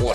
我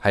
还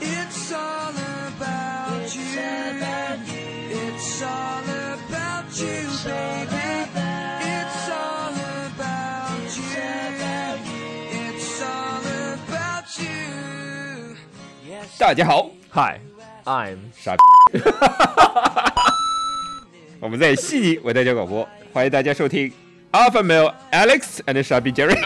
It's all about you. It's all about you, baby. It's all about you. It's all about you. 大家好， Hi, I'm 傻逼， 我们在悉尼为大家广播，欢迎大家收听 Alpha Male Alex and 傻逼 Jerry。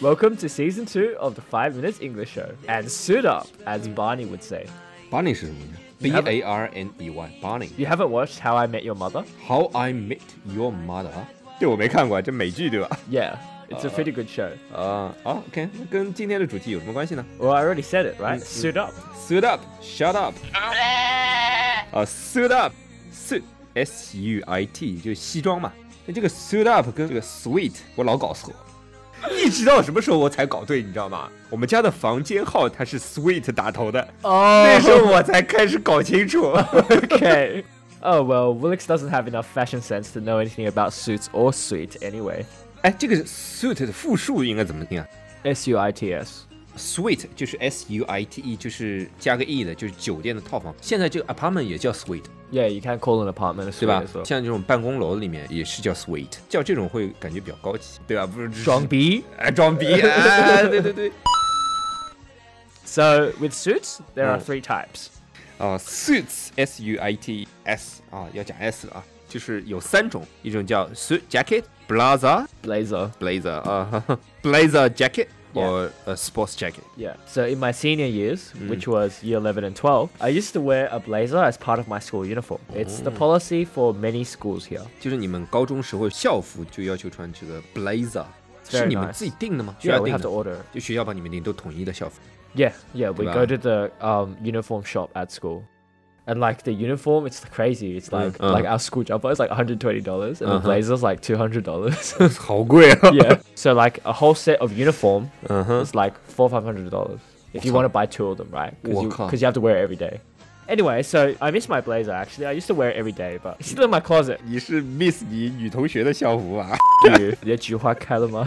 welcome to season two of the Five Minutes English Show, and suit up, as Barney would say. Barney 是什么？B A R N E Y，Barney。 You haven't watched How I Met Your Mother? How I Met Your Mother。这我没看过，这美剧对吧？ Yeah, it's a pretty good show. 啊、好，OK，那跟今天的主题有什么关系呢 Well, I already said it, right? Mm, Suit up. ？Suit up，shut up。啊，suit up，suit S U I T 就是西装嘛。那这个 suit up 跟这个 sweet 我老搞错，一直到什么时候我才搞对，你知道吗？我们家的房间号它是 sweet 打头的，那时 Oh, 候我才开始搞清楚。 okay. Oh well, Willix doesn't have enough fashion sense to know anything about suits or suite anyway. 哎，这个 suit 的复数应该怎么念啊 S U I T S. ？Suite 就是 S U I T E，就是加个 e 的，就是酒店的套房。现在这个 apartment 也叫 suite， Yeah, you can call an apartment a 对 suite 吧 as？well. 像这种办公楼里面也是叫 suite，叫这种会感觉比较高级，对吧？不是装，逼.哎，装 逼，哎，对对对。 So with suits, there are Mm. three types. 啊、s u i t s S U I T S 啊，要讲 S 了啊，就是有三种，一种叫 suit jacket、blazer、 Blazer. blazer 啊、blazer jacket Yeah. or a sports jacket。 Yeah. So in my senior years, which was year 11 and 12, I used to wear a blazer as part of my school uniform. It's the policy for many schools here. 就是你们高中时候校服就要求穿这个 blazer， very 是你们 nice 自己定的吗？学 Yeah, 校 we 定 have 的 to，order. 就学校帮你们定都统一的校服。 Yeah, yeah. We Wow. go to the um, uniform shop at school. And like the uniform, it's crazy. It's like uh. like our school jumper is like $120 and the Uh-huh. blazer's like $200. 好 贵啊！ yeah. Uh-huh. So like a whole set of uniform 嗯哼， It's like four five hundred dollars if you want to buy two of them, right? Because 我 you, 靠。 'cause you have to wear it every day. Anyway, so I miss my blazer actually. I used to wear it every day, but it's still in my closet. 你是 miss 你女同学的校服啊？ You, yeah, 菊花开了吗？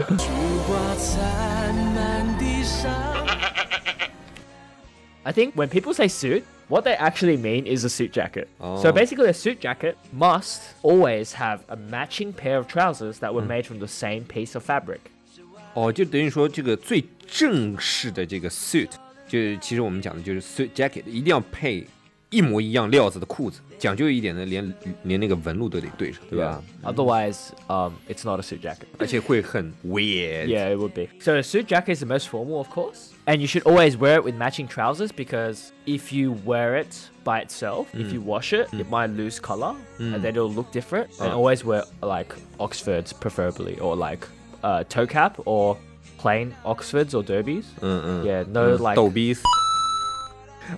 I think when people say suit, what they actually mean is a suit jacket. So Oh. basically, a suit jacket must always have a matching pair of trousers that were made from the same piece of fabric. 哦，就等于说这个最正式的这个 suit，就是其实我们讲的就是 suit jacket，一定要配一模一样料子的裤子，讲究一点的连连那个纹路都得对上，对吧？ Otherwise, um, it's not a suit jacket. 而且会很 weird。 Yeah, it would be. So a suit jacket is the most formal, of course, and you should always wear it with matching trousers because if you wear it by itself, if you wash it, it might lose color and then it'll look different. And Ah. always wear like Oxfords, preferably, or like uh, toe cap or plain Oxfords or derbies. 嗯嗯。 Yeah, no 嗯 like. 逗逼死。啊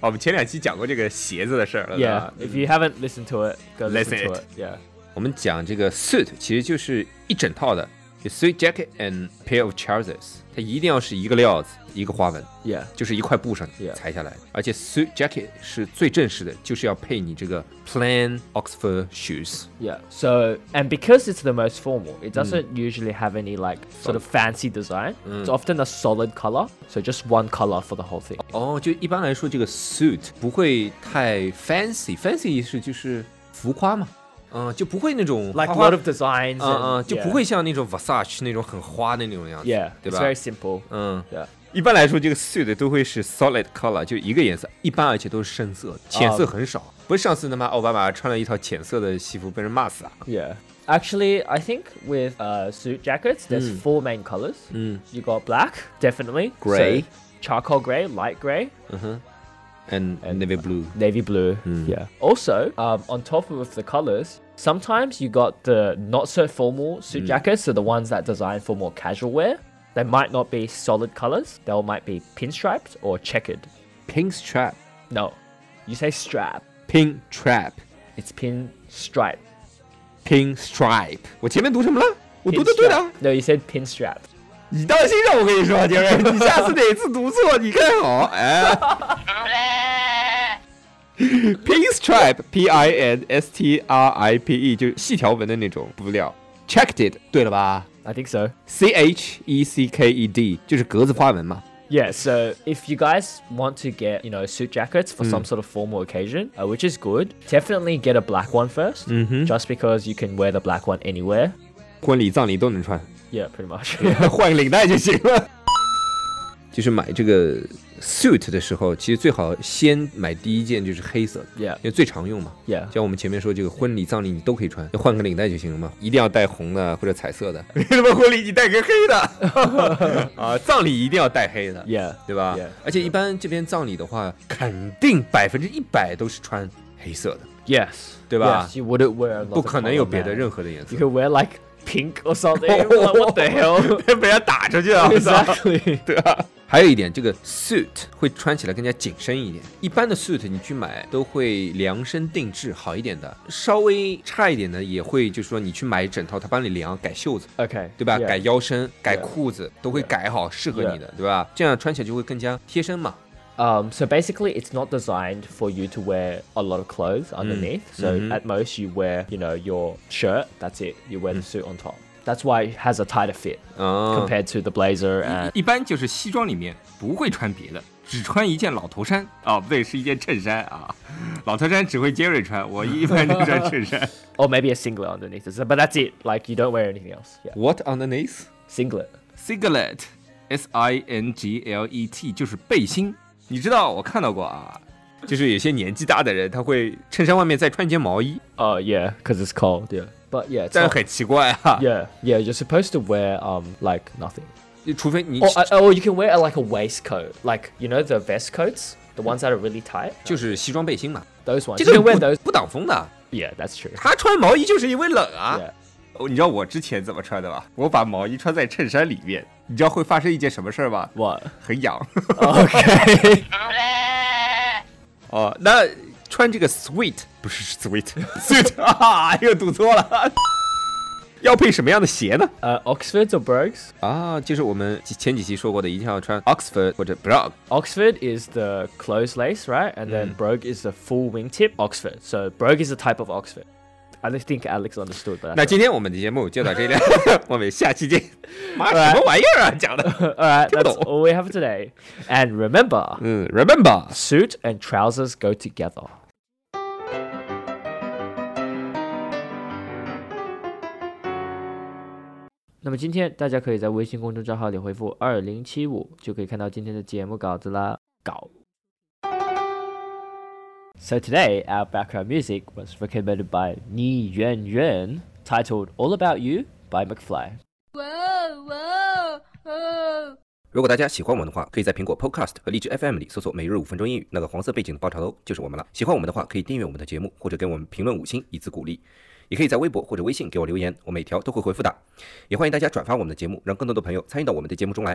我们前两期讲过这个鞋子的事儿了，对 Yeah, 吧？ if you haven't listened to it, go listen, Listen to it. it. Yeah. 我们讲这个 suit 其实就是一整套的有，suit jacket and pair of trousers，它一定要是一个料子，一个花纹， Yeah. 就是一块布上 Yeah 裁下来的。而且 suit jacket 是最正式的，就是要配你这个 plain Oxford shoes。 Yeah. So, and because it's the most formal, it doesn't usually have any like sort of fancy design. It's often a solid color. So just one color for the whole thing. 哦，就一般来说这个 suit 不会太 fancy，fancy 是就是浮夸嘛，嗯、就不会那种 Like 花 a 花 lot of designs. 嗯嗯， and- 就 yeah. 不会像那种 Versace 那种很花的那种样子 Yeah. 对 It's 吧？ very simple. 嗯 Yeah. 一般来说，这个 suit 都会是 solid color，就一个颜色，一般而且都是哦深色，浅色很少。不是上次他妈奥巴马穿了一套浅色的西服被人骂死啊？ Yeah. Actually, I think with uh, suit jackets, there's four main colors. You got black, definitely. so Grey. charcoal grey, light grey, and, And- navy blue. navy blue. Yeah. Also, um, on top of the colors, sometimes you got the not so formal suit jackets, so the ones that designed for more casual wear. They might not be solid colors. They all might be pinstriped or checkered. Pink strap. No, you say strap. Pink trap. It's pinstripe. Pink stripe。我前面读什么了？我读的对的啊 Pinstripe.。No, you said pinstrap. 你当心了，我跟你 说，杰瑞，你下次哪次读错，你看好，哎。Pin stripe，P I N S T R I P E，就是细条纹的那种布料。Checked it，对了吧 I think so. ？C H E C K E D，就是格子花纹嘛。 Yeah, so if you guys want to get, you know, suit jackets for some sort of formal occasion, uh, which is good, definitely get a black one first, just because you can wear the black one anywhere. 婚礼、葬礼都能穿， Yeah, pretty much. 换个领带就行了。就是买这个 suit 的时候，其实最好先买第一件就是黑色的， yeah, 因为最常用嘛。 yeah. 像我们前面说，这个婚礼、葬礼你都可以穿，换个领带就行了嘛，一定要带红的或者彩色的。为什么婚礼 你带个黑的？ 啊，葬礼一定要带黑的 Yeah. 对吧 Yeah. 而且一般这边葬礼的话，肯定百分之一百都是穿黑色的， Yes. 对吧 Yes, you wouldn't wear a 不可能有别的任何。何的颜色 You。could wear like pink or something. like, what the hell? 被人打出去了 exactly. 对啊。还有一点，这个 suit 会穿起来更加紧身一点。一般的 suit 你去买都会量身定制，好一点的，稍微差一点的也会，就是说你去买一整套，他帮你量改袖子， Okay. 对吧？ yeah. 改腰身、改 Yeah 裤子都会改好，适合你的，对吧？这样穿起来就会更加贴身嘛。 Um, so basically, it's not designed for you to wear a lot of clothes underneath. So at most, you wear, you know, your shirt. That's it. You wear the suit on top. That's why it has a tighter fit 啊， compared to the blazer and 一般就是西装里面不会穿别的，只穿一件老头衫啊、不对，是一件衬衫啊。老头衫只会 Jerry 穿，我一般就穿衬衫。 or maybe a singlet underneath. it. So- But that's it. Like you don't wear anything else. Yeah, What underneath？ singlet. Singlet, S I N G L E T 就是背心，你知道我看到过啊。就是有些年纪大的人，他会衬衫外面再穿一件毛衣， Oh yeah, because it's cold. Yeah, but yeah, it's 但 not, 很奇怪啊。 yeah, yeah. You're supposed to wear um like nothing. 除非你 Or, uh, or you can wear uh, like a waistcoat, like you know the vest coats, the ones that are really tight. 就是西装背心嘛， Those ones. 哦这 You 个 can wear 不 those. 不挡风的。 Yeah, that's true. 他穿毛衣就是因为冷啊。 Yeah. 哦，你知道我之前怎么穿的吧？我把毛衣穿在衬衫里面，你知道会发生一件什么事儿吗？ What? 很 痒。 Okay. 哦，那穿这个 sweet 不是 sweet suit 啊，又读错了。 要配什么样的鞋呢？ Uh, Oxfords or brogues? 啊，就是我们前几期说过的，一定要穿 Oxford 或者 Brog。 Oxford is the closed lace, right? And then brogue is the full wingtip Oxford. So brogue is a type of Oxford. I don't think Alex understood, but 那 that's 今天我们的节目就到这里， 我们下期见。妈，什么玩意儿啊，讲的？ all right. Come That's on. all we have today. And remember, 嗯，Remember。 suit and trousers go together.那么今天大家可以在微信公众账号里回复二零七五，就可以看到今天的节目稿子啦。稿。So today our background music was recommended by Ni Yuan Yuan, titled "All About You" by McFly. Whoa, whoa, oh. whoa. 如果大家喜欢我们的话，可以在苹果 Podcast 和荔枝 FM 里搜索“每日五分钟英语”，那个黄色背景的爆炒头就是我们了。喜欢我们的话，可以订阅我们的节目，或者给我们评论五星以资鼓励。也可以在微博或者微信给我留言，我每条都会回复的。也欢迎大家转发我们的节目，让更多的朋友参与到我们的节目中来。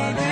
you, baby.